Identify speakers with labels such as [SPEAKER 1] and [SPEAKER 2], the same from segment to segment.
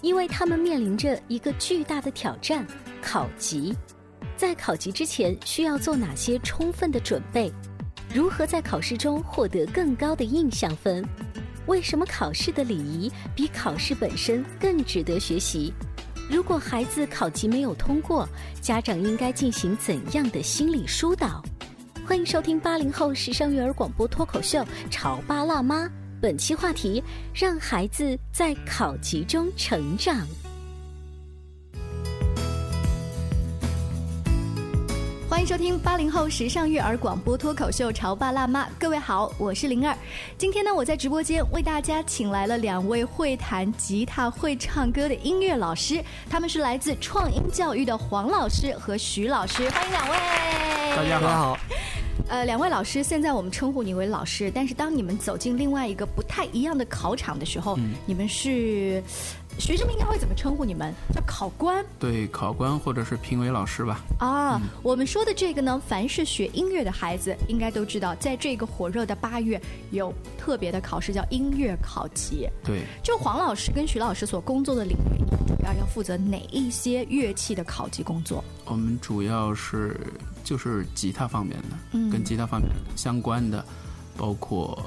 [SPEAKER 1] 因为他们面临着一个巨大的挑战——考级。在考级之前，需要做哪些充分的准备？如何在考试中获得更高的印象分？为什么考试的礼仪比考试本身更值得学习？如果孩子考级没有通过，家长应该进行怎样的心理疏导？欢迎收听八零后时尚育儿广播脱口秀《潮爸辣妈》，本期话题：让孩子在考级中成长。
[SPEAKER 2] 欢迎收听八零后时尚育儿广播脱口秀《潮爸辣妈》，各位好，我是灵儿。今天呢，我在直播间为大家请来了两位会弹吉他、会唱歌的音乐老师，他们是来自创音教育的黄老师和徐老师，欢迎两位。
[SPEAKER 3] 大家好，
[SPEAKER 2] 呃，两位老师，现在我们称呼你为老师，但是当你们走进另外一个不太一样的考场的时候，
[SPEAKER 3] 嗯
[SPEAKER 2] 你们是学生们应该会怎么称呼你们？叫考官
[SPEAKER 3] 对考官或者是评委老师吧，
[SPEAKER 2] 啊，我们说的这个呢，凡是学音乐的孩子应该都知道，在这个火热的八月，有特别的考试叫音乐考级。
[SPEAKER 3] 对，
[SPEAKER 2] 就黄老师跟徐老师所工作的领域，你们主要要负责哪一些乐器的考级工作？
[SPEAKER 3] 我们主要是就是吉他方面的，
[SPEAKER 2] 嗯
[SPEAKER 3] 跟吉他方面相关的，包括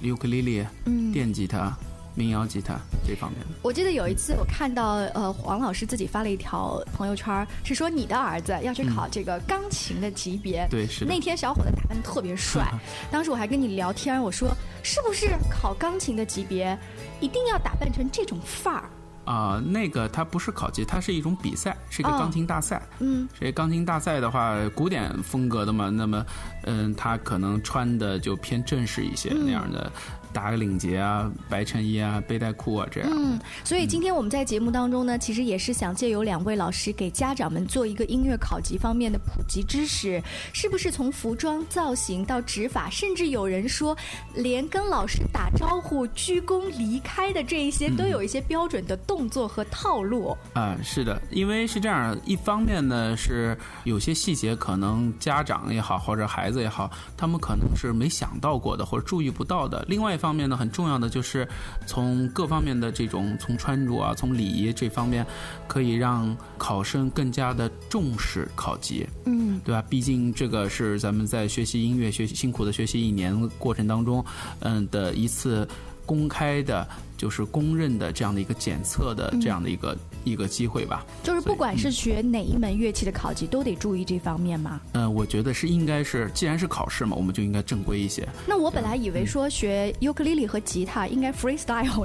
[SPEAKER 3] 尤克里里、
[SPEAKER 2] 嗯
[SPEAKER 3] 电吉他、民谣吉他这方面的。
[SPEAKER 2] 我记得有一次我看到，呃，黄老师自己发了一条朋友圈儿，是说你的儿子要去考这个钢琴嗯的级别。
[SPEAKER 3] 对是的
[SPEAKER 2] 那天小伙子打扮得特别 帅，当时我还跟你聊天，我说是不是考钢琴的级别一定要打扮成这种范儿？
[SPEAKER 3] 啊、那个它不是考级，它是一种比赛，是一个
[SPEAKER 2] 哦
[SPEAKER 3] 钢琴大赛。
[SPEAKER 2] 嗯，
[SPEAKER 3] 这钢琴大赛的话，古典风格的嘛，那么，嗯，他可能穿的就偏正式一
[SPEAKER 2] 嗯
[SPEAKER 3] 些，那样的，打个领结啊、白衬衣啊、背带裤啊这样。
[SPEAKER 2] 嗯，所以今天我们在节目当中呢，其实也是想借由两位老师给家长们做一个音乐考级方面的普及知识，是不是从服装造型到指法，甚至有人说连跟老师打招呼、鞠躬离开的这一些，都有一些标准的动作和套路。
[SPEAKER 3] 啊、是的，因为是这样，一方面呢是有些细节可能家长也好或者孩子也好，他们可能是没想到过的或者注意不到的；另外一方面呢，很重要的就是从各方面的这种从穿着啊、从礼仪这方面，可以让考生更加的重视考级。
[SPEAKER 2] 嗯，
[SPEAKER 3] 对吧？毕竟这个是咱们在学习音乐、学习辛苦的学习一年过程当中，嗯的一次公开的，就是公认的这样的一个检测的这样的一个、一个机会吧。
[SPEAKER 2] 就是不管是学哪一门乐器的考级，都得注意这方面嘛。
[SPEAKER 3] 嗯，我觉得是应该是，既然是考试嘛，我们就应该正规一些。
[SPEAKER 2] 那我本来以为说学尤克里里和吉他应该 freestyle，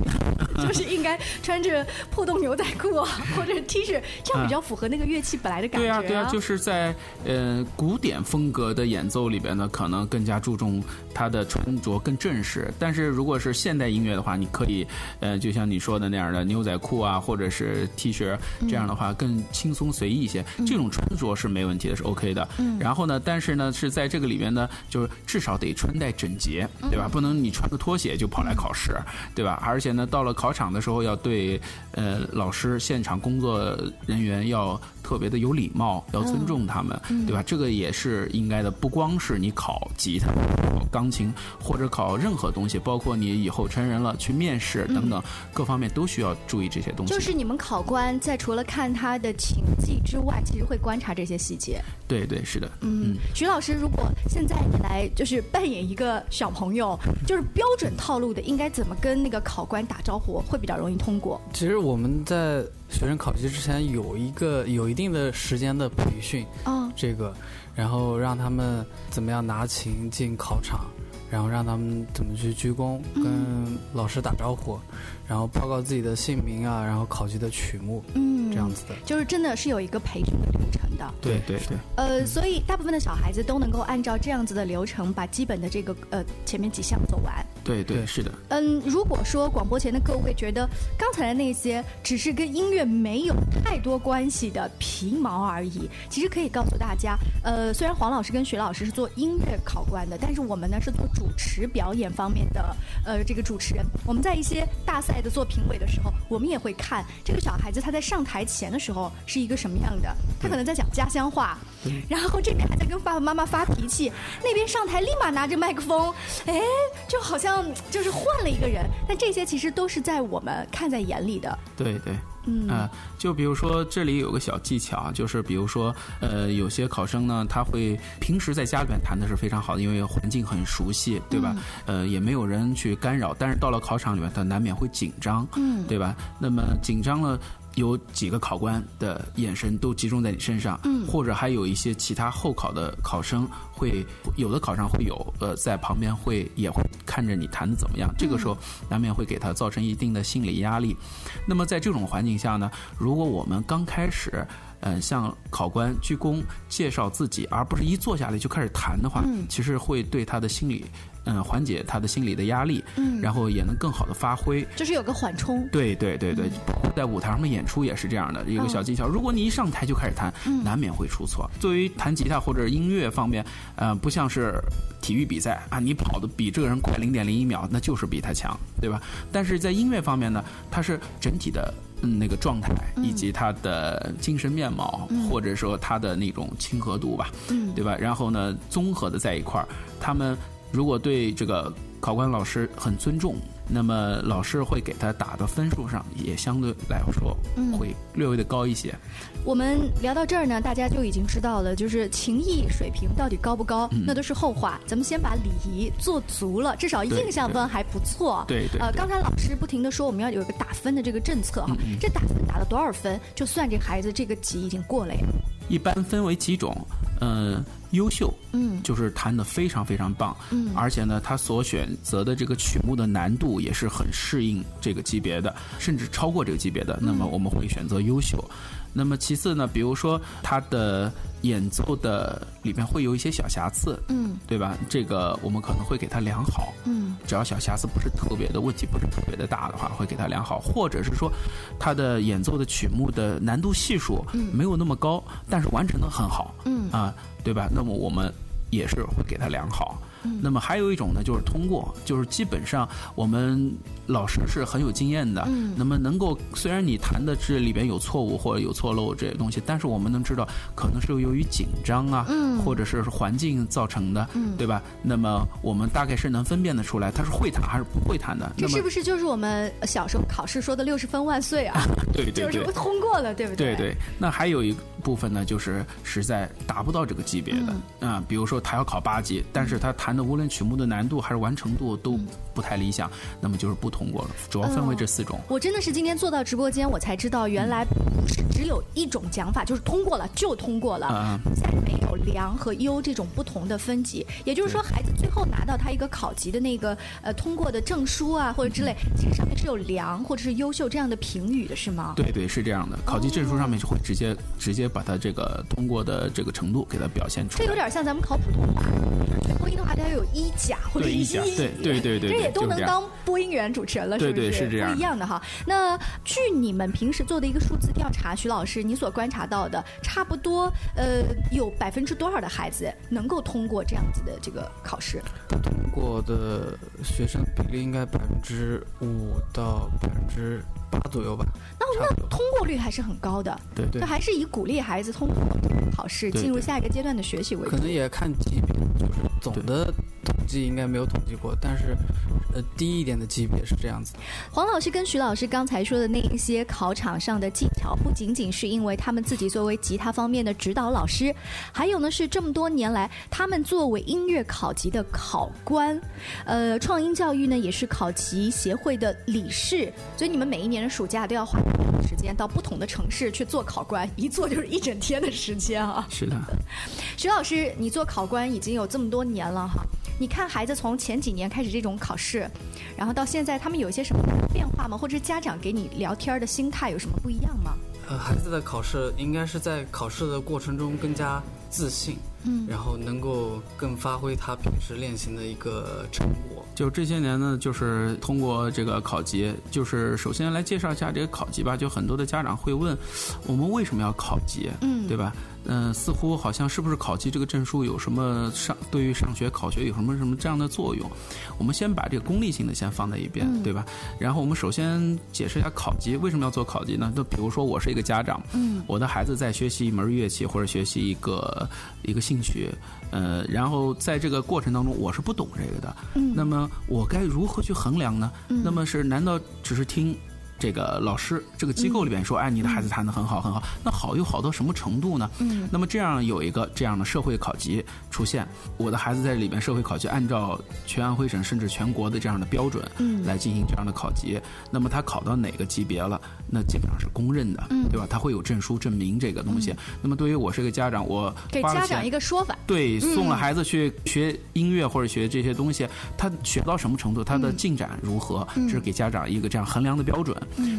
[SPEAKER 2] 就是 应该穿着破洞牛仔裤啊 或者 T 恤，这样比较符合那个乐器本来的感
[SPEAKER 3] 对
[SPEAKER 2] 觉、
[SPEAKER 3] 啊，对啊，就是在呃古典风格的演奏里边呢，可能更加注重它的穿着更正式。但是如果是现代音乐的话，你可以呃，就像你说的那样的牛仔裤啊，或者是 T 恤，
[SPEAKER 2] 嗯
[SPEAKER 3] 这样的话更轻松随意一些。这种穿着是没问题的，是 OK 的。
[SPEAKER 2] 嗯
[SPEAKER 3] 然后呢，但是呢，是在这个里面呢，就是至少得穿戴整洁，
[SPEAKER 2] 嗯
[SPEAKER 3] 对吧？不能你穿个拖鞋就跑来考试，对吧？而且呢，到了考场的时候，要对呃老师、现场工作人员要特别的有礼貌，
[SPEAKER 2] 嗯
[SPEAKER 3] 要尊重他们，对吧？这个也是应该的，不光是你考吉他、考钢琴或者考任何东西，包括你以后成人了去面试，等等各方面都需要注意这些东
[SPEAKER 2] 嗯
[SPEAKER 3] 西。
[SPEAKER 2] 就是你们考官在除了看他的情技之外，其实会观察这些细节。
[SPEAKER 3] 对对是的，
[SPEAKER 2] 嗯，徐老师，如果现在你来就是扮演一个小朋 友，就是标准套路的，应该怎么跟那个考官打招呼会比较容易通过？
[SPEAKER 4] 其实我们在学生考级之前有一个有一定的时间的培训，
[SPEAKER 2] 啊、
[SPEAKER 4] 这个，然后让他们怎么样拿琴进考场，然后让他们怎么去鞠躬，跟老师打招呼，然后报告自己的姓名啊，然后考级的曲目，
[SPEAKER 2] 嗯，
[SPEAKER 4] 这样子的。
[SPEAKER 2] 就是真的是有一个培训的流程的。
[SPEAKER 3] 对对对。
[SPEAKER 2] 呃，所以大部分的小孩子都能够按照这样子的流程，把基本的这个呃前面几项走完。
[SPEAKER 3] 对对
[SPEAKER 4] 对
[SPEAKER 3] 是的，
[SPEAKER 2] 嗯，如果说广播前的各位觉得刚才的那些只是跟音乐没有太多关系的皮毛而已，其实可以告诉大家，呃，虽然黄老师跟徐老师是做音乐考官的，但是我们呢是做主持表演方面的，呃，这个主持人。我们在一些大赛的做评委的时候，我们也会看这个小孩子他在上台前的时候是一个什么样的，他可能在讲家乡话，然后这边还在跟爸爸妈妈发脾气，那边上台立马拿着麦克风，哎，就好像就是换了一个人。但这些其实都是在我们看在眼里的，
[SPEAKER 3] 对对。
[SPEAKER 2] 嗯，
[SPEAKER 3] 啊、就比如说这里有个小技巧啊，就是比如说，呃，有些考生呢，他会平时在家里面弹的是非常好的，因为环境很熟悉，对吧？呃，也没有人去干扰，但是到了考场里面，他难免会紧张，嗯，对吧？那么紧张了。有几个考官的眼神都集中在你身上，嗯，或者还有一些其他候考的考生会，有的考生会有，呃，在旁边会也会看着你弹的怎么样，这个时候难免会给他造成一定的心理压力，那么在这种环境下呢，如果我们刚开始，呃，向考官鞠躬介绍自己，而不是一坐下来就开始谈的话，其实会对他的心理，嗯、缓解他的心理的压力，嗯，然后也能更好的发挥。
[SPEAKER 2] 就是有个缓冲。
[SPEAKER 3] 对对对对，包括在舞台上的演出也是这样的一个小技巧。如果你一上台就开始弹，难免会出错。对于弹吉他或者音乐方面，呃，不像是体育比赛啊，你跑的比这个人快零点零一秒，那就是比他强，对吧？但是在音乐方面呢，它是整体的。嗯，那个状态以及他的精神面貌，或者说他的那种亲和度吧，嗯、对吧？然后呢，综合的在一块儿，他们如果对这个考官老师很尊重，那么老师会给他打的分数上也相对来说会略微的高一些。
[SPEAKER 2] 我们聊到这儿呢，大家就已经知道了，就是情谊水平到底高不高，
[SPEAKER 3] 嗯
[SPEAKER 2] 那都是后话。咱们先把礼仪做足了，至少印象分还不错。
[SPEAKER 3] 对对
[SPEAKER 2] 呃，
[SPEAKER 3] 对
[SPEAKER 2] 刚才老师不停的说我们要有一个打分的这个政策哈，这打分打了多少分，就算这孩子这个级已经过了呀。
[SPEAKER 3] 一般分为几种，嗯、优秀，
[SPEAKER 2] 嗯
[SPEAKER 3] 就是弹得非常非常棒，嗯，而且呢，他所选择的这个曲目的难度也是很适应这个级别的，甚至超过这个级别的，
[SPEAKER 2] 嗯
[SPEAKER 3] 那么我们会选择优秀。那么其次呢，比如说他的演奏的里面会有一些小瑕疵，
[SPEAKER 2] 嗯，
[SPEAKER 3] 对吧？这个我们可能会给他量好，
[SPEAKER 2] 嗯，
[SPEAKER 3] 只要小瑕疵不是特别的问题，不是特别的大的话，会给他量好，或者是说他的演奏的曲目的难度系数
[SPEAKER 2] 嗯
[SPEAKER 3] 没有那么高，但是完成的很好，嗯啊，对吧？那么我们也是会给他量好。
[SPEAKER 2] 嗯
[SPEAKER 3] 那么还有一种呢，就是通过，就是基本上我们老师是很有经验的，
[SPEAKER 2] 嗯
[SPEAKER 3] 那么能够虽然你谈的这里边有错误或者有错漏这些东西，但是我们能知道可能是由于紧张啊，
[SPEAKER 2] 嗯
[SPEAKER 3] 或者是环境造成的，对吧？那么我们大概是能分辨得出来他是会弹还是不会弹的。
[SPEAKER 2] 这
[SPEAKER 3] 那么
[SPEAKER 2] 是不是就是我们小时候考试说的六十分万岁啊？
[SPEAKER 3] 对 对
[SPEAKER 2] 就是
[SPEAKER 3] 对。
[SPEAKER 2] 通过了，对不
[SPEAKER 3] 对
[SPEAKER 2] 对
[SPEAKER 3] 对，那还有一部分呢，就是实在达不到这个级别的啊、比如说他要考八级，但是他弹的无论曲目的难度还是完成度都不太理想，那么就是不通过了。主要分为这四种。
[SPEAKER 2] 我真的是今天坐到直播间，我才知道原来不是只有一种讲法，就是通过了就通过了
[SPEAKER 3] 啊，
[SPEAKER 2] 再没有良和优这种不同的分级。也就是说，孩子最后拿到他一个考级的那个呃通过的证书啊或者之类，其实上面是有良或者是优秀这样的评语的，是吗？
[SPEAKER 3] 对对，是这样的，考级证书上面就会直接直接把它这个通过的这个程度给它表现出
[SPEAKER 2] 这
[SPEAKER 3] 来。
[SPEAKER 2] 有点像咱们考普通话，学播音的话，它要有一甲或者
[SPEAKER 3] 对
[SPEAKER 2] 一
[SPEAKER 3] 一甲对对对对
[SPEAKER 2] 这
[SPEAKER 3] 对
[SPEAKER 2] 也都
[SPEAKER 3] 就是
[SPEAKER 2] 能
[SPEAKER 3] 这样
[SPEAKER 2] 当播音员、主持人了，
[SPEAKER 3] 对
[SPEAKER 2] 是不
[SPEAKER 3] 对是这样
[SPEAKER 2] 不一样的哈。那据你们平时做的一个数字调查，徐老师，你所观察到的，差不多呃有百分之多少的孩子能够通过这样子的这个考试？
[SPEAKER 4] 中国的学生比例应该百分之五到百分之八左右吧，
[SPEAKER 2] 那
[SPEAKER 4] 差
[SPEAKER 2] 那
[SPEAKER 4] 不多。
[SPEAKER 2] 通过率还是很高的，
[SPEAKER 3] 对
[SPEAKER 4] 对
[SPEAKER 2] 那还是以鼓励孩子通过这个考试
[SPEAKER 3] 对
[SPEAKER 2] 进入
[SPEAKER 3] 对
[SPEAKER 2] 下一个阶段的学习为
[SPEAKER 4] 可
[SPEAKER 2] 主。
[SPEAKER 4] 能也看级别，就是总的统计应该没有统计过，但是呃低一点的级别是这样子的。
[SPEAKER 2] 黄老师跟徐老师刚才说的那一些考场上的技巧，不仅仅是因为他们自己作为吉他方面的指导老师，还有呢是这么多年来他们作为音乐考级的考官，呃，创音教育呢也是考级协会的理事，所以你们每一年的暑假都要花时间到不同的城市去做考官，一做就是一整天的时间啊。
[SPEAKER 3] 是的，
[SPEAKER 2] 徐老师，你做考官已经有这么多年了哈，你看孩子从前几年开始这种考试，然后到现在，他们有一些什么变化吗？或者是家长给你聊天的心态有什么不一样吗？
[SPEAKER 4] 呃，孩子的考试应该是在考试的过程中更加自信，嗯，然后能够更发挥他平时练习的一个成果。
[SPEAKER 3] 就这些年呢，就是通过这个考级，就是首先来介绍一下这个考级吧。就很多的家长会问，我们为什么要考级？嗯，对吧？嗯、似乎好像是不是考级这个证书有什么上对于上学考学有什么什么这样的作用？我们先把这个功利性的先放在一边，对吧？然后我们首先解释一下考级为什么要做考级呢？就比如说我是一个家长，嗯，我的孩子在学习一门乐器或者学习一个一个兴趣，呃，然后在这个过程当中我是不懂这个的，嗯，那么我该如何去衡量呢？那么是难道只是听？这个老师，这个机构里边说，哎，你的孩子弹得很好，很好。那好又好到什么程度呢？嗯，那么这样有一个这样的社会考级出现，我的孩子在里边社会考级按照全安徽省甚至全国的这样的标准，嗯，来进行这样的考级。那么他考到哪个级别了，那基本上是公认的，嗯，对吧？他会有证书证明这个东西。那么对于我是一个家长，我
[SPEAKER 2] 给
[SPEAKER 3] 花了
[SPEAKER 2] 家
[SPEAKER 3] 钱
[SPEAKER 2] 长一个说法。
[SPEAKER 3] 对，送了孩子去学音乐或者学这些东西，他学到什么程度，他的进展如何，这是给家长一个这样衡量的标准。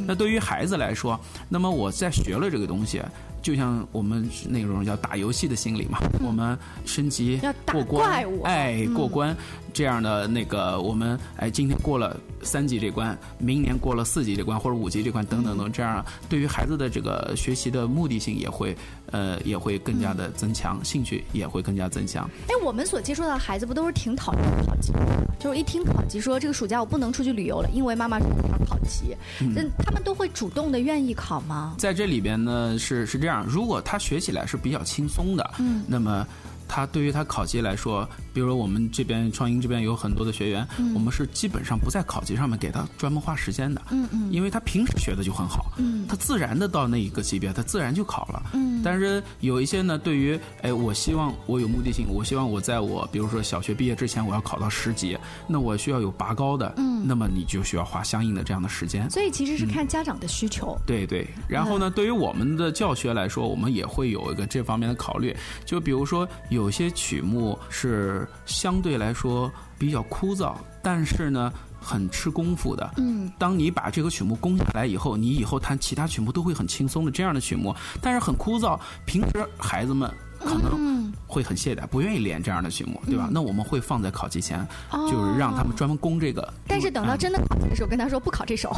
[SPEAKER 3] 那对于孩子来说，那么我在学了这个东西。就像我们那种叫打游戏的心理嘛，我们升级
[SPEAKER 2] 嗯要打
[SPEAKER 3] 过关，
[SPEAKER 2] 怪嗯物
[SPEAKER 3] 哎，过关这样的那个，我们哎今天过了三级这关，明年过了四级这关或者五级这关等等
[SPEAKER 2] 嗯
[SPEAKER 3] 等，这样对于孩子的这个学习的目的性也会呃也会更加
[SPEAKER 2] 嗯
[SPEAKER 3] 的增强，兴趣也会更加增强。
[SPEAKER 2] 哎，我们所接触到的孩子不都是挺讨厌考级的吗？就是一听考级说这个暑假我不能出去旅游了，因为妈妈说我要考级，那、他们都会主动的愿意考吗？
[SPEAKER 3] 在这里边呢是是这样，如果他学起来是比较轻松的，嗯，那么。他对于他考级来说，比如我们这边创英这边有很多的学员，我们是基本上不在考级上面给他专门花时间的，嗯嗯，因为他平时学的就很好，嗯，他自然的到那一个级别，他自然就考了，嗯，但是有一些呢，对于哎，我希望我有目的性，我希望我在我比如说小学毕业之前我要考到十级，那我需要有拔高的，嗯，那么你就需要花相应的这样的时间，
[SPEAKER 2] 所以其实是看家长的需求。
[SPEAKER 3] 对对，然后呢，对于我们的教学来说，我们也会有一个这方面的考虑。就比如说，有些曲目是相对来说比较枯燥，但是呢。很吃功夫的，嗯，当你把这个曲目攻下来以后，你以后弹其他曲目都会很轻松的这样的曲目，但是很枯燥。平时孩子们可能会很懈怠，不愿意练这样的曲目，对吧？那我们会放在考级前，就是让他们专门攻这个。
[SPEAKER 2] 但是等到真的考级的时候，跟他说不考这首，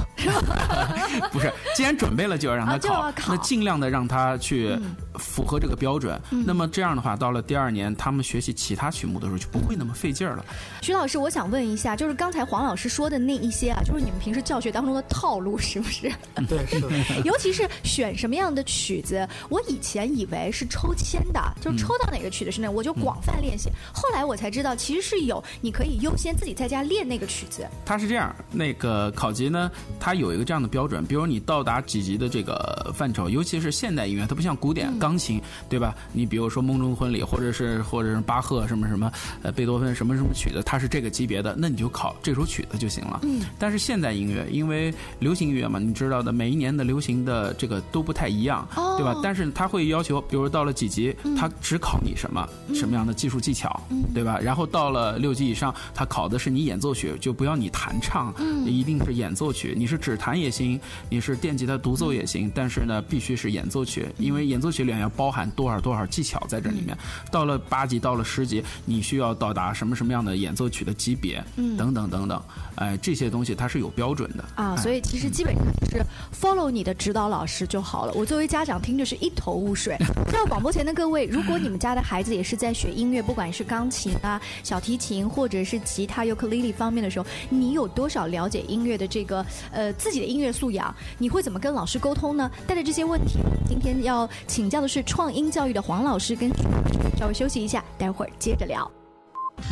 [SPEAKER 3] 不是，既然准备了就要让他
[SPEAKER 2] 啊就
[SPEAKER 3] 考，
[SPEAKER 2] 要考嗯
[SPEAKER 3] 那尽量的让他去符合这个标准。那么这样的话，到了第二年，他们学习其他曲目的时候就不会那么费劲儿了。
[SPEAKER 2] 徐老师，我想问一下，就是刚才黄老师说的那一些啊，就是你们平时教学当中的套路，是不是？
[SPEAKER 4] 对，是的。
[SPEAKER 2] 尤其是选什么样的曲子，我以前以为是抽签的，就是抽到哪个曲子是那，我就广泛练习。后来我才知道，其实是有你可以优先自己在家练那个曲子。
[SPEAKER 3] 它是这样，那个考级呢，它有一个这样的标准，比如你到达几级的这个范畴，尤其是现代音乐，它不像古典、钢琴，对吧？你比如说《梦中婚礼》，或者是或者是巴赫什么什么，呃，贝多芬什么什么曲子，它是这个级别的，那你就考这首曲子就行了。嗯。但是现代音乐，因为流行音乐嘛，你知道的，每一年的流行的这个都不太一样，对吧？但是它会要求，比如到了几级，它只考你什么、什么样的技术技巧，对吧？然后到了六级以上，它考的是你演奏曲，就不要你弹唱，一定是演奏曲。你是指弹也行，你是电吉他独奏也行，但是呢，必须是演奏曲，因为演奏曲里面要包含多少多少技巧在这里面。到了八级，到了十级，你需要到达什么什么样的演奏曲的级别，等等等等，哎、这些东西它是有标准的。
[SPEAKER 2] 啊，所以其实基本上就是 follow 你的指导老师就好了。我作为家长听着是一头雾水。 在广播前的各位，如果你们家的孩子也是在学音乐，不管是钢琴啊、小提琴或者是吉他、尤克里里方面的时候，你有多少了解音乐的这个呃自己的音乐素养？你会怎么跟老师沟通呢？带着这些问题，今天要请教的是创音教育的黄老师跟徐老师，稍微休息一下，待会儿接着聊。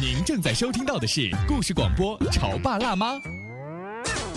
[SPEAKER 5] 您正在收听到的是故事广播《潮爸辣妈》。
[SPEAKER 1] 《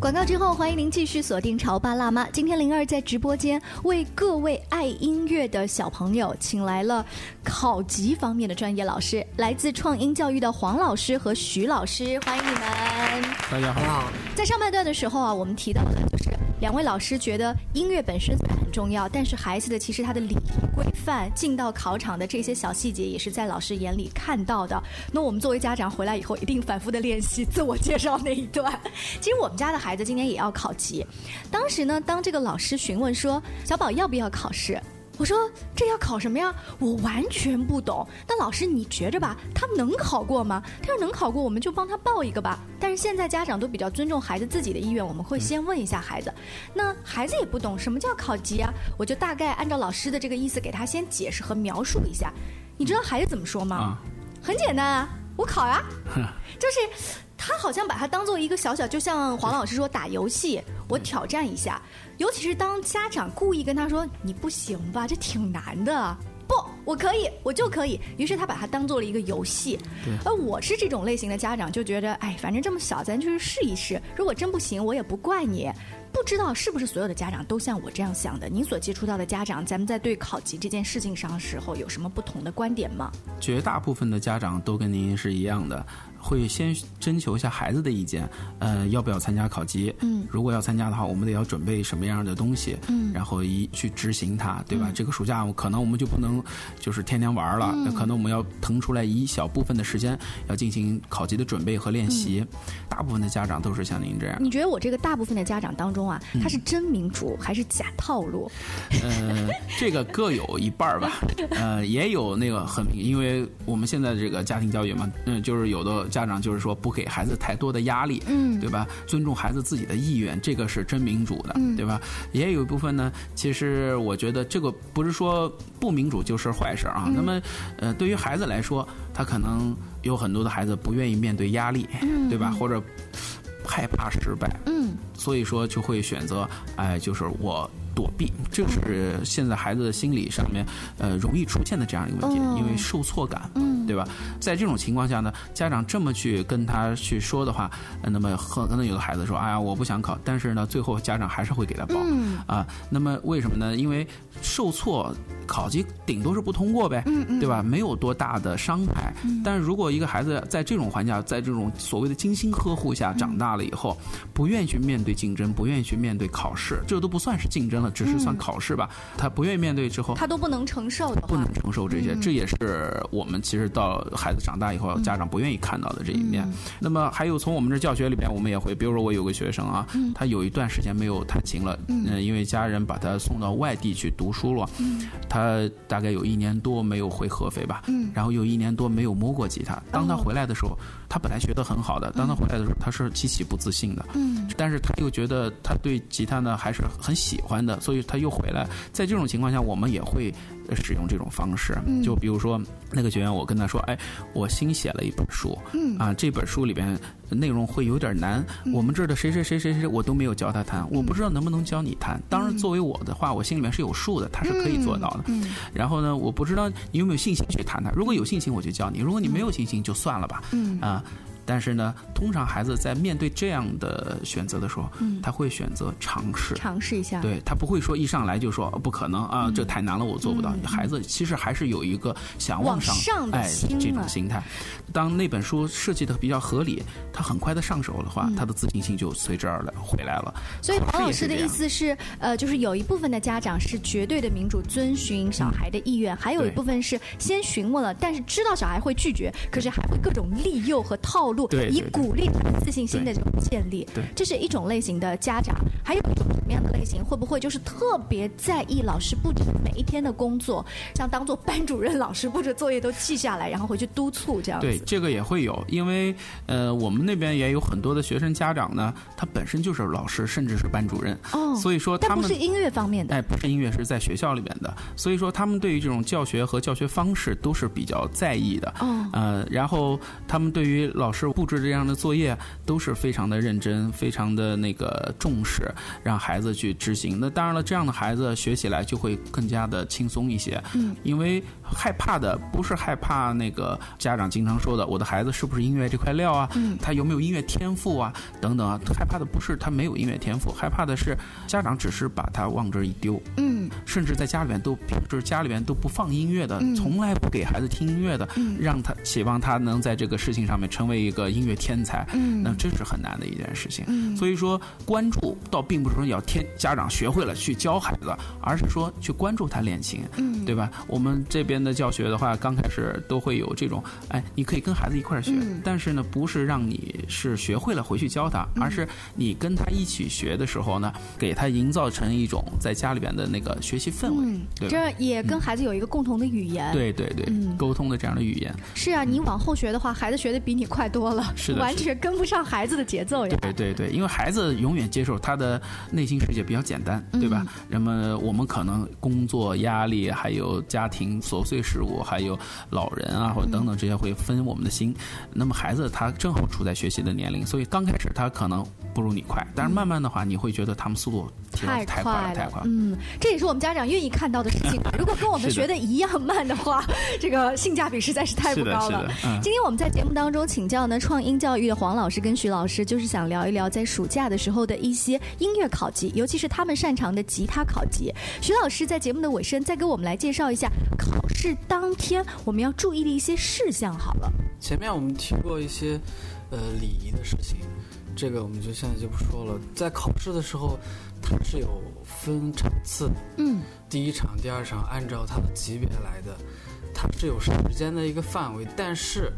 [SPEAKER 2] 广告之后，欢迎您继续锁定潮爸辣妈。今天灵儿在直播间为各位爱音乐的小朋友请来了考级方面的专业老师，来自创音教育的黄老师和徐老师，欢迎你们。
[SPEAKER 3] 大家好。
[SPEAKER 2] 在上半段的时候啊，我们提到了就是两位老师觉得音乐本身虽然很重要，但是孩子的其实他的礼仪规范、进到考场的这些小细节也是在老师眼里看到的。那我们作为家长回来以后，一定反复的练习自我介绍那一段。其实我们家的孩孩子今年也要考级，当时呢，当这个老师询问说小宝要不要考试，我说这要考什么呀？我完全不懂。但老师你觉着吧，他能考过吗？他要能考过，我们就帮他报一个吧。但是现在家长都比较尊重孩子自己的意愿，我们会先问一下孩子。那孩子也不懂什么叫考级啊，我就大概按照老师的这个意思给他先解释和描述一下。你知道孩子怎么说
[SPEAKER 3] 啊
[SPEAKER 2] 吗？很简单啊，我考呀、啊，就是。他好像把它当做一个小小，就像黄老师说打游戏，我挑战一下。尤其是当家长故意跟他说“你不行吧，这挺难的”，不，我可以，我就可以。于是他把它当做了一个游戏。而我是这种类型的家长，就觉得哎，反正这么小，咱就是试一试。如果真不行，我也不怪你。不知道是不是所有的家长都像我这样想的？您所接触到的家长，咱们在对考级这件事情上时候有什么不同的观点吗？
[SPEAKER 3] 绝大部分的家长都跟您是一样的。会先征求一下孩子的意见，呃，要不要参加考级？嗯，如果要参加的话，我们得要准备什么样的东西？嗯，然后一去执行它，对吧？嗯、这个暑假可能我们就不能就是天天玩了，嗯、可能我们要腾出来一小部分的时间，要进行考级的准备和练习。嗯、大部分的家长都是像您这样。
[SPEAKER 2] 你觉得我这个大部分的家长当中啊，他是真民主还是假套路？
[SPEAKER 3] 呃，这个各有一半 吧。呃，也有那个很，因为我们现在这个家庭教育嘛，嗯、呃，就是有的。家长就是说不给孩子太多的压力，嗯，对吧？尊重孩子自己的意愿，这个是真民主的，嗯、对吧？也有一部分呢，其实我觉得这个不是说不民主就是坏事啊。嗯、那么，呃，对于孩子来说，他可能有很多的孩子不愿意面对压力，嗯、对吧？或者害怕失败，嗯，所以说就会选择，哎、呃，就是我。躲避，这是现在孩子的心理上面，呃，容易出现的这样一个问题，哦、因为受挫感，嗯，对吧？在这种情况下呢，家长这么去跟他去说的话，呃那么很可能有的孩子说，哎呀，我不想考，但是呢，最后家长还是会给他报，嗯、啊，那么为什么呢？因为受挫，考级顶多是不通过呗，嗯嗯，对吧？没有多大的伤害，嗯、但是如果一个孩子在这种环境下，在这种所谓的精心呵护下长大了以后，不愿意去面对竞争，不愿意去面对考试，这都不算是竞争。只是算考试吧，嗯、他不愿意面对之后，
[SPEAKER 2] 他都不能承受的，
[SPEAKER 3] 不能承受这些，嗯、这也是我们其实到到孩子长大以后，家长不愿意看到的这一面。那么还有从我们这教学里边，我们也会，比如说我有个学生啊，他有一段时间没有弹琴了，嗯，因为家人把他送到外地去读书了，他大概有一年多没有回合肥吧，然后有一年多没有摸过吉他。当他回来的时候，他本来学得很好的，当他回来的时候，他是极其不自信的，
[SPEAKER 6] 嗯
[SPEAKER 3] 但是他又觉得他对吉他呢还是很喜欢的，所以他又回来。在这种情况下，我们也会呃使用这种方式。
[SPEAKER 6] 嗯
[SPEAKER 3] 就比如说那个学员，我跟他说：“哎，我新写了一本书，
[SPEAKER 6] 嗯
[SPEAKER 3] 啊，这本书里边内容会有点难。我们这儿的谁谁谁谁谁，我都没有教他弹，我
[SPEAKER 6] 嗯
[SPEAKER 3] 不知道能不能教你弹。当然，作为我的话，我心里面是有数的，他是可以做到的。
[SPEAKER 6] 嗯
[SPEAKER 3] 然后呢，我不知道你有没有信心去弹它。如果有信心，我就教你；如果你没有信心，就算了吧。
[SPEAKER 6] 嗯
[SPEAKER 3] 啊。但是呢，通常孩子在面对这样的选择的时候，
[SPEAKER 2] 嗯
[SPEAKER 3] 他会选择尝试，
[SPEAKER 2] 尝试一下，
[SPEAKER 3] 对他不会说一上来就说不可能啊，这太难了，我做不到。孩子其实还是有一个
[SPEAKER 2] 嗯
[SPEAKER 3] 想
[SPEAKER 2] 往
[SPEAKER 3] 上
[SPEAKER 2] 上的
[SPEAKER 3] 哎
[SPEAKER 2] 心啊
[SPEAKER 3] 这种
[SPEAKER 2] 了
[SPEAKER 3] 心态。当那本书设计的比较合理，他很快的上手的话，他的自信心就随之而来回来了。
[SPEAKER 2] 嗯所以
[SPEAKER 3] 考
[SPEAKER 2] 黄
[SPEAKER 3] 试
[SPEAKER 2] 老
[SPEAKER 3] 也
[SPEAKER 2] 师
[SPEAKER 3] 是
[SPEAKER 2] 的
[SPEAKER 3] 这
[SPEAKER 2] 意
[SPEAKER 3] 样
[SPEAKER 2] 思是，呃，就是有一部分的家长是绝对的民主，遵循小孩的意愿；还有一
[SPEAKER 3] 嗯对
[SPEAKER 2] 部分是先询问了，但是知道小孩会拒绝，可是还会各种利诱和套路，
[SPEAKER 3] 对
[SPEAKER 2] 以
[SPEAKER 3] 对对
[SPEAKER 2] 鼓励他自信心的这种建立。
[SPEAKER 3] 对
[SPEAKER 2] 这是一种类型的家长，还有一种什么样的类型？会不会就是特别在意老师布置每一天的工作，像当做班主任，老师布置作业都记下来，然后回去督促这样子？
[SPEAKER 3] 对，这个也会有，因为呃，我们那边也有很多的学生家长呢，他本身就是老师，甚至是班主任，
[SPEAKER 2] 哦，
[SPEAKER 3] 所以说他
[SPEAKER 2] 但不
[SPEAKER 3] 们
[SPEAKER 2] 是音乐方面的，
[SPEAKER 3] 哎，不是音乐，是在学校里面的，所以说他们对于这种教学和教学方式都是比较在意的。
[SPEAKER 2] 哦
[SPEAKER 3] 呃，然后他们对于老师布置这样的作业都是非常的认真，非常的那个重视，让孩子去执行。那当然了，这样的孩子学起来就会更加的轻松一些。
[SPEAKER 6] 嗯
[SPEAKER 3] 因为害怕的不是害怕那个家长经常说的我的孩子是不是音乐这块料啊，
[SPEAKER 6] 嗯
[SPEAKER 3] 他有没有音乐天赋啊等等啊，害怕的不是他没有音乐天赋，害怕的是家长只是把他往这儿一丢，
[SPEAKER 2] 嗯
[SPEAKER 3] 甚至在家里面都平时家里面都不放音乐的，
[SPEAKER 6] 嗯
[SPEAKER 3] 从来不给孩子听音乐的，
[SPEAKER 6] 嗯
[SPEAKER 3] 让他期望他能在这个事情上面成为一个音乐天才，
[SPEAKER 6] 嗯
[SPEAKER 3] 那这是很难的一件事情。
[SPEAKER 6] 嗯
[SPEAKER 3] 所以说，关注倒并不是说要天家长学会了去教孩子，而是说去关注他练琴，
[SPEAKER 6] 嗯
[SPEAKER 3] 对吧？我们这边的教学的话，刚开始都会有这种，哎，你可以跟孩子一块儿学，
[SPEAKER 6] 嗯
[SPEAKER 3] 但是呢，不是让你是学会了回去教他，而是你跟他一起学的时候呢，给他营造成一种在家里边的那个学习氛围，
[SPEAKER 2] 嗯，
[SPEAKER 3] 对
[SPEAKER 2] 这
[SPEAKER 3] 吧？
[SPEAKER 2] 样也跟孩子有一个共同的语言。
[SPEAKER 3] 对对对，
[SPEAKER 2] 嗯
[SPEAKER 3] 沟通的这样的语言，
[SPEAKER 2] 是啊，你往后学的话，孩子学的比你快多了，
[SPEAKER 3] 嗯是的
[SPEAKER 2] 完
[SPEAKER 3] 是的
[SPEAKER 2] 全跟不上孩子的节奏呀。
[SPEAKER 3] 对对对，因为孩子永远接受他的内心世界比较简单，
[SPEAKER 2] 嗯
[SPEAKER 3] 对吧？那么我们可能工作压力，还有家庭琐碎事务，还有老人啊，或者等等这些会分我们的心。那么孩子他正好处在学习的年龄，所以刚开始他可能不如你快，但是慢慢的话，你会觉得他们速度提高得太快了，太快了。
[SPEAKER 2] 嗯，这也是我们家长愿意看到的事 情。啊如果跟我们
[SPEAKER 3] 是的
[SPEAKER 2] 学的一样慢的 话，这个性价比实在是太不
[SPEAKER 6] 是的
[SPEAKER 2] 高
[SPEAKER 6] 是
[SPEAKER 2] 了
[SPEAKER 6] 的。嗯
[SPEAKER 2] 今天我们在节目当中请教呢创英教育的黄老师跟徐老师，就是想聊一聊在暑假的时候的一些音乐考级，尤其是他们擅长的吉他考级。徐老师在节目的尾声再给我们来介绍一下考试当天我们要注意的一些事项好了。
[SPEAKER 4] 前面我们提过一些呃礼仪的事情，这个我们就现在就不说了。在考试的时候，它是有分场次的，
[SPEAKER 2] 嗯
[SPEAKER 4] 第一场、第二场按照它的级别来的，它是有时间的一个范围，但是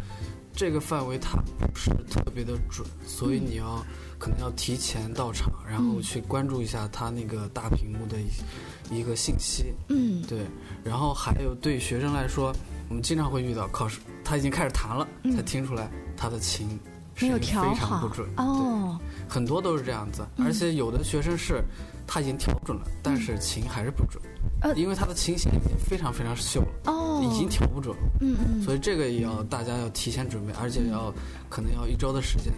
[SPEAKER 4] 这个范围它不是特别的准，所以
[SPEAKER 6] 嗯
[SPEAKER 4] 你要、可能要提前到场，然后
[SPEAKER 6] 嗯
[SPEAKER 4] 去关注一下它那个大屏幕的一一个信息。
[SPEAKER 6] 嗯
[SPEAKER 4] 对。然后还有对学生来说，我们经常会遇到考试他已经开始弹了，才听出来他的琴
[SPEAKER 2] 嗯没有
[SPEAKER 4] 声音
[SPEAKER 2] 调
[SPEAKER 4] 非常
[SPEAKER 2] 好
[SPEAKER 4] 不准。
[SPEAKER 2] 哦，
[SPEAKER 4] 很多都是这样子，
[SPEAKER 2] 嗯
[SPEAKER 4] 而且有的学生是他已经调准了，但是琴还是不准，
[SPEAKER 2] 呃
[SPEAKER 4] 因为他的琴弦已经非常非常锈了，
[SPEAKER 2] 哦
[SPEAKER 4] 已经调不准了，
[SPEAKER 2] 嗯嗯
[SPEAKER 4] 所以这个也要大家要提前准备，而且要可能要一周的时间，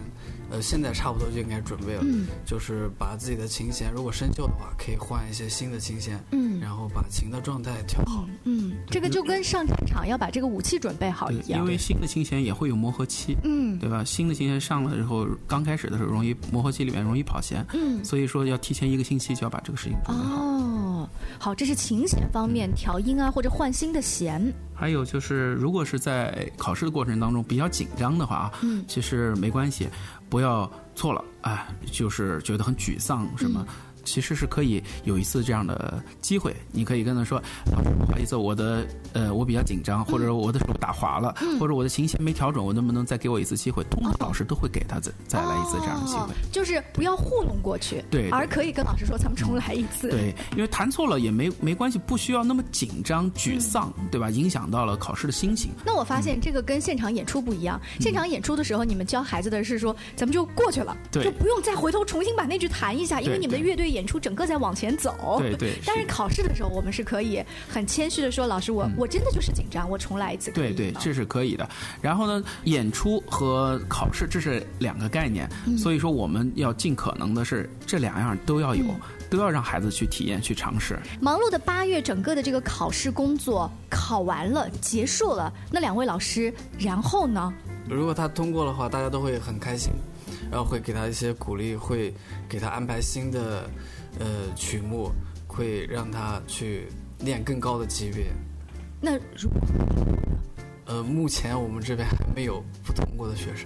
[SPEAKER 4] 呃，现在差不多就应该准备了，
[SPEAKER 6] 嗯
[SPEAKER 4] 就是把自己的琴弦如果生锈的话，可以换一些新的琴弦，
[SPEAKER 2] 嗯
[SPEAKER 4] 然后把琴的状态调好，
[SPEAKER 2] 嗯，这个就跟上战场要把这个武器准备好一
[SPEAKER 3] 对，
[SPEAKER 2] 样。
[SPEAKER 3] 因为新的琴弦也会有磨合期，
[SPEAKER 2] 嗯
[SPEAKER 3] 对吧？新的琴弦上了之后，刚开始的时候容易磨合期里面容易跑弦，
[SPEAKER 2] 嗯
[SPEAKER 3] 所以说要提前一个星期就要把这个事情准备好。
[SPEAKER 2] 哦，好，这是琴弦方
[SPEAKER 3] 嗯
[SPEAKER 2] 面调音啊，或者换新的弦。
[SPEAKER 3] 还有就是，如果是在考试的过程当中比较紧张的话啊，
[SPEAKER 2] 嗯嗯
[SPEAKER 3] 其实没关系，不要错了，哎，就是觉得很沮丧什么。其实是可以有一次这样的机会，你可以跟他说，老师，不好意思，我的呃我比较紧张，或者我的手打滑了，
[SPEAKER 2] 嗯
[SPEAKER 3] 或者我的琴弦没调整，我能不能再给我一次机会？通常老师都会给他再再来一次这样的机
[SPEAKER 2] 哦
[SPEAKER 3] 会。，
[SPEAKER 2] 就是不要糊弄过去，
[SPEAKER 3] 对对嗯
[SPEAKER 2] 而可以跟老师说咱们重来一次，
[SPEAKER 3] 对，因为弹错了也没没关系，不需要那么紧张、沮丧，对吧？影响到了考试的心情。
[SPEAKER 2] 那我发现这个跟现场演出不一样，
[SPEAKER 3] 嗯
[SPEAKER 2] 现场演出的时候，你们教孩子的是说，咱们就过去了，
[SPEAKER 3] 对
[SPEAKER 2] 就不用再回头重新把那句弹一下，因为
[SPEAKER 3] 对
[SPEAKER 2] 你们的乐队演出整个在往前走。
[SPEAKER 3] 对对
[SPEAKER 2] 但是
[SPEAKER 3] 是
[SPEAKER 2] 考试的时候，我们是可以很谦虚的说，老师，我我真的就是紧张，我重来一次。
[SPEAKER 3] 对对，这是可以的。然后呢，演出和考试这是两个概念，
[SPEAKER 2] 嗯
[SPEAKER 3] 所以说我们要尽可能的是这两样都要有，都要让孩子去体验、去尝试。
[SPEAKER 2] 忙碌的八月，整个的这个考试工作考完了，结束了。那两位老师，然后呢？
[SPEAKER 4] 如果他通过的话，大家都会很开心，然后会给他一些鼓励，会给他安排新的呃曲目，会让他去练更高的级别。
[SPEAKER 2] 那如果
[SPEAKER 4] 呃，目前我们这边还没有不通过的学生。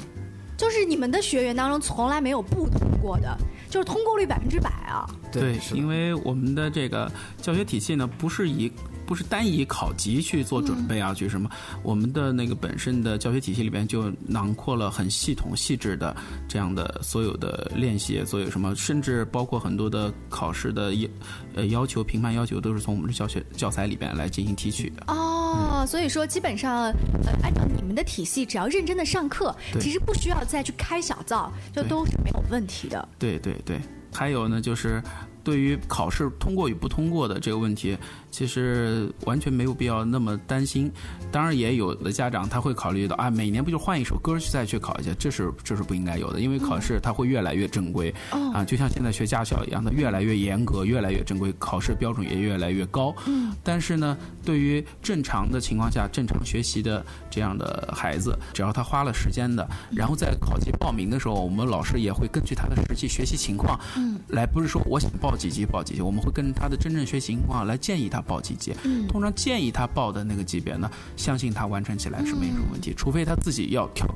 [SPEAKER 2] 就是你们的学员当中从来没有不通过的，就是通过率百分之百啊。
[SPEAKER 3] 对，因为我们的这个教学体系呢，不是以不是单以考级去做准备啊，去什么？我们的那个本身的教学体系里边就囊括了很系统、细致的这样的所有的练习，所有什么，甚至包括很多的考试的要呃要求、评判要求，都是从我们的教学教材里边来进行提取的。
[SPEAKER 2] 哦，所以说基本上，呃，按照你们的体系，只要认真的上课，
[SPEAKER 3] 对
[SPEAKER 2] 其实不需要再去开小灶，就
[SPEAKER 3] 对
[SPEAKER 2] 都是没有问题的。
[SPEAKER 3] 对对对，还有呢，就是对于考试通过与不通过的这个问题，其实完全没有必要那么担心。当然，也有的家长他会考虑到啊，每年不就换一首歌去再去考一下，这是这是不应该有的，因为考试它会越来越正规、
[SPEAKER 2] 哦
[SPEAKER 3] 啊，就像现在学驾校一样，它越来越严格，越来越正规，考试标准也越来越高。
[SPEAKER 2] 嗯
[SPEAKER 3] 但是呢，对于正常的情况下，正常学习的这样的孩子，只要他花了时间的，然后在考级报名的时候，我们老师也会根据他的实际学习情况，
[SPEAKER 2] 嗯
[SPEAKER 3] 来不是说我想报几级报几级，我们会跟他的真正学习情况来建议他报几级。
[SPEAKER 2] 嗯
[SPEAKER 3] 通常建议他报的那个级别呢，相信他完成起来是没什么
[SPEAKER 2] 嗯
[SPEAKER 3] 问题，除非他自己要调。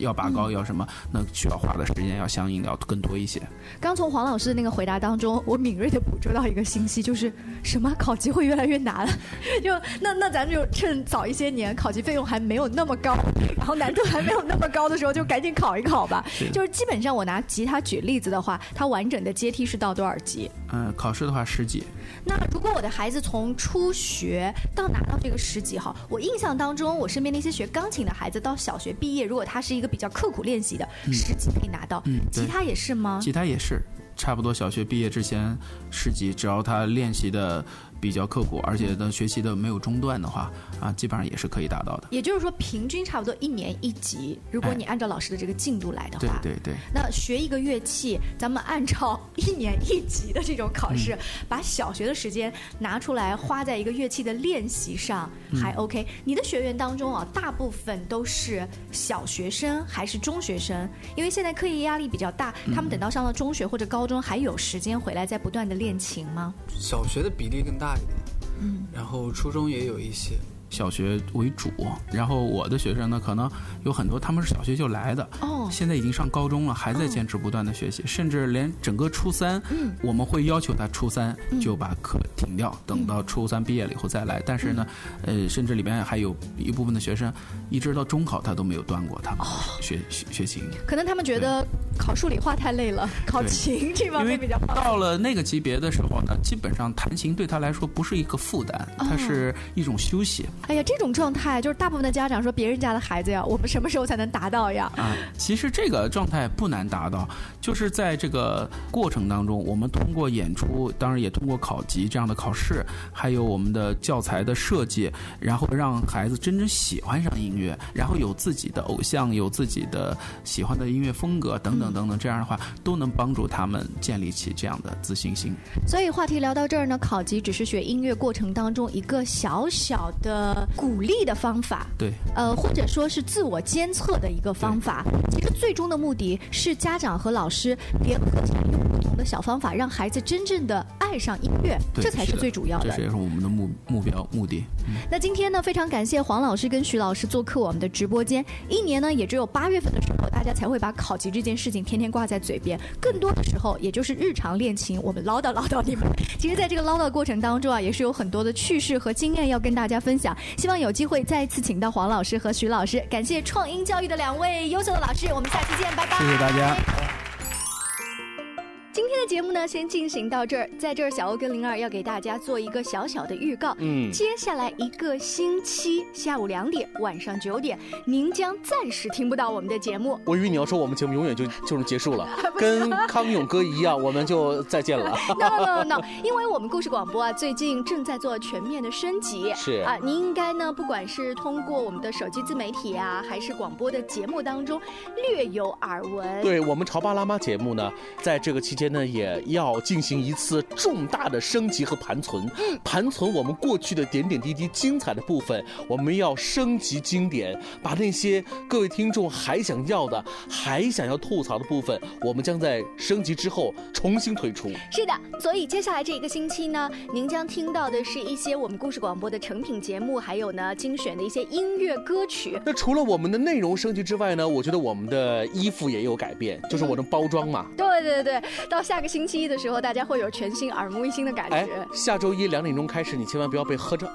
[SPEAKER 3] 要拔高，要什么？那需要花的时间要相应的要更多一些。
[SPEAKER 2] 刚从黄老师的那个回答当中，我敏锐的捕捉到一个信息，就是什么考级会越来越难， 就那那咱就趁早一些年，考级费用还没有那么高，然后难度还没有那么高的时候，就赶紧考一考吧。
[SPEAKER 3] 是
[SPEAKER 2] 就是基本上我拿吉他举例子的话，它完整的阶梯是到多少级？
[SPEAKER 3] 嗯，考试的话十级，
[SPEAKER 2] 那如果我的孩子从初学到拿到这个十级哈，我印象当中，我身边那些学钢琴的孩子到小学毕业，如果他是一个比较刻苦练习的，
[SPEAKER 3] 嗯
[SPEAKER 2] 十级可以拿到。
[SPEAKER 3] 嗯对
[SPEAKER 2] 吉他也是吗？
[SPEAKER 3] 吉他也是，差不多小学毕业之前十级，只要他练习的比较刻苦，而且呢学习的没有中断的话，啊，基本上也是可以达到的。
[SPEAKER 2] 也就是说，平均差不多一年一级。如果你按照老师的这个进度来的
[SPEAKER 3] 对
[SPEAKER 2] 话，
[SPEAKER 3] 对对，
[SPEAKER 2] 那学一个乐器，咱们按照一年一级的这种考试，
[SPEAKER 3] 嗯
[SPEAKER 2] 把小学的时间拿出来花在一个乐器的练习上，
[SPEAKER 3] 嗯
[SPEAKER 2] 还 OK。你的学员当中啊，大部分都是小学生还是中学生？因为现在课业压力比较大，
[SPEAKER 3] 嗯
[SPEAKER 2] 他们等到上了中学或者高中，还有时间回来再不断的练琴吗？
[SPEAKER 4] 小学的比例更大一点，
[SPEAKER 2] 嗯，
[SPEAKER 4] 然后初中也有一些。
[SPEAKER 3] 小学为主，然后我的学生呢，可能有很多他们是小学就来的，
[SPEAKER 2] 哦
[SPEAKER 3] 现在已经上高中了，还在坚持不断的学习，甚至连整个初三，
[SPEAKER 2] 嗯
[SPEAKER 3] 我们会要求他初三
[SPEAKER 2] 嗯
[SPEAKER 3] 就把课停掉，等到初三毕业了以后再来。但是呢，
[SPEAKER 2] 嗯
[SPEAKER 3] 呃，甚至里面还有一部分的学生，一直到中考他都没有断过他们
[SPEAKER 2] 哦
[SPEAKER 3] 的学、学学琴。
[SPEAKER 2] 可能他们觉得考数理化太累了，考
[SPEAKER 3] 对
[SPEAKER 2] 琴这方
[SPEAKER 3] 因为
[SPEAKER 2] 面比较
[SPEAKER 3] 到了那个级别的时候呢，基本上弹琴对他来说不是一个负担，
[SPEAKER 2] 哦
[SPEAKER 3] 它是一种休息。
[SPEAKER 2] 哎呀，这种状态就是大部分的家长说别人家的孩子呀，我们什么时候才能达到呀？
[SPEAKER 3] 啊，其实这个状态不难达到，就是在这个过程当中，我们通过演出，当然也通过考级这样的考试，还有我们的教材的设计，然后让孩子真正喜欢上音乐，然后有自己的偶像，有自己的喜欢的音乐风格等等等等，这样的话都能帮助他们建立起这样的自信心。
[SPEAKER 2] 所以话题聊到这儿呢，考级只是学音乐过程当中一个小小的鼓励的方法。
[SPEAKER 3] 对。
[SPEAKER 2] 呃，或者说是自我监测的一个方法。其实最终的目的是家长和老师联合起来，用不同的小方法，让孩子真正的爱上音乐，
[SPEAKER 3] 对
[SPEAKER 2] 这才
[SPEAKER 3] 是
[SPEAKER 2] 是
[SPEAKER 3] 的
[SPEAKER 2] 最主要
[SPEAKER 3] 这
[SPEAKER 2] 的
[SPEAKER 3] 是。也是我们的目目标目的。
[SPEAKER 2] 那今天呢，非常感谢黄老师跟徐老师做客我们的直播间。一年呢，也只有八月份的时候，大大家才会把考级这件事情天天挂在嘴边。更多的时候，也就是日常练琴，我们唠叨唠叨你们。其实，在这个唠叨过程当中啊，也是有很多的趣事和经验要跟大家分享。希望有机会再一次请到黄老师和徐老师，感谢创英教育的两位优秀的老师，我们下期见，拜拜。
[SPEAKER 3] 谢谢大家。
[SPEAKER 2] 今天的节目呢，先进行到这儿。在这儿，小欧跟灵儿要给大家做一个小小的预告。
[SPEAKER 6] 嗯
[SPEAKER 2] 接下来一个星期下午两点、晚上九点，您将暂时听不到我们的节 目。
[SPEAKER 6] 我以为你要说我们节目永远就就是结束了，跟康永哥一样，我们就再见了。
[SPEAKER 2] no no no no，因为我们故事广播啊，最近正在做全面的升级。
[SPEAKER 6] 是
[SPEAKER 2] 啊，您应该呢，不管是通过我们的手机自媒体啊，还是广播的节目当中，略有耳闻。
[SPEAKER 6] 对我们潮爸辣妈节目呢，在这个期间呢，也要进行一次重大的升级和盘存，盘存我们过去的点点滴滴精彩的部分，我们要升级经典，把那些各位听众还想要的、还想要吐槽的部分，我们将在升级之后重新推出。
[SPEAKER 2] 是的，所以接下来这一个星期呢，您将听到的是一些我们故事广播的成品节目，还有呢精选的一些音乐歌曲。
[SPEAKER 6] 那除了我们的内容升级之外呢，我觉得我们的衣服也有改变，就是我的包装嘛。
[SPEAKER 2] 对对对，到下个星期一的时候，大家会有全新耳目一新的感
[SPEAKER 6] 哎
[SPEAKER 2] 觉。，
[SPEAKER 6] 下周一两点钟开始，你千万不要被 喝着，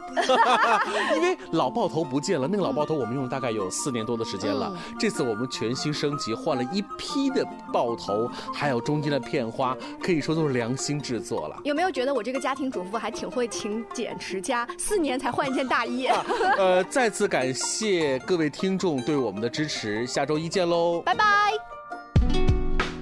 [SPEAKER 6] 因为老爆头不见了。那个老爆头我们用了大概有四年多的时间了。
[SPEAKER 2] 嗯
[SPEAKER 6] 这次我们全新升级，换了一批的爆头，还有中间的片花，可以说都是良心制作 了。
[SPEAKER 2] 有没有觉得我这个家庭主妇还挺会勤俭持家，四年才换一件大衣？
[SPEAKER 6] 呃，再次感谢各位听众对我们的支持，下周一见喽，
[SPEAKER 2] 拜拜。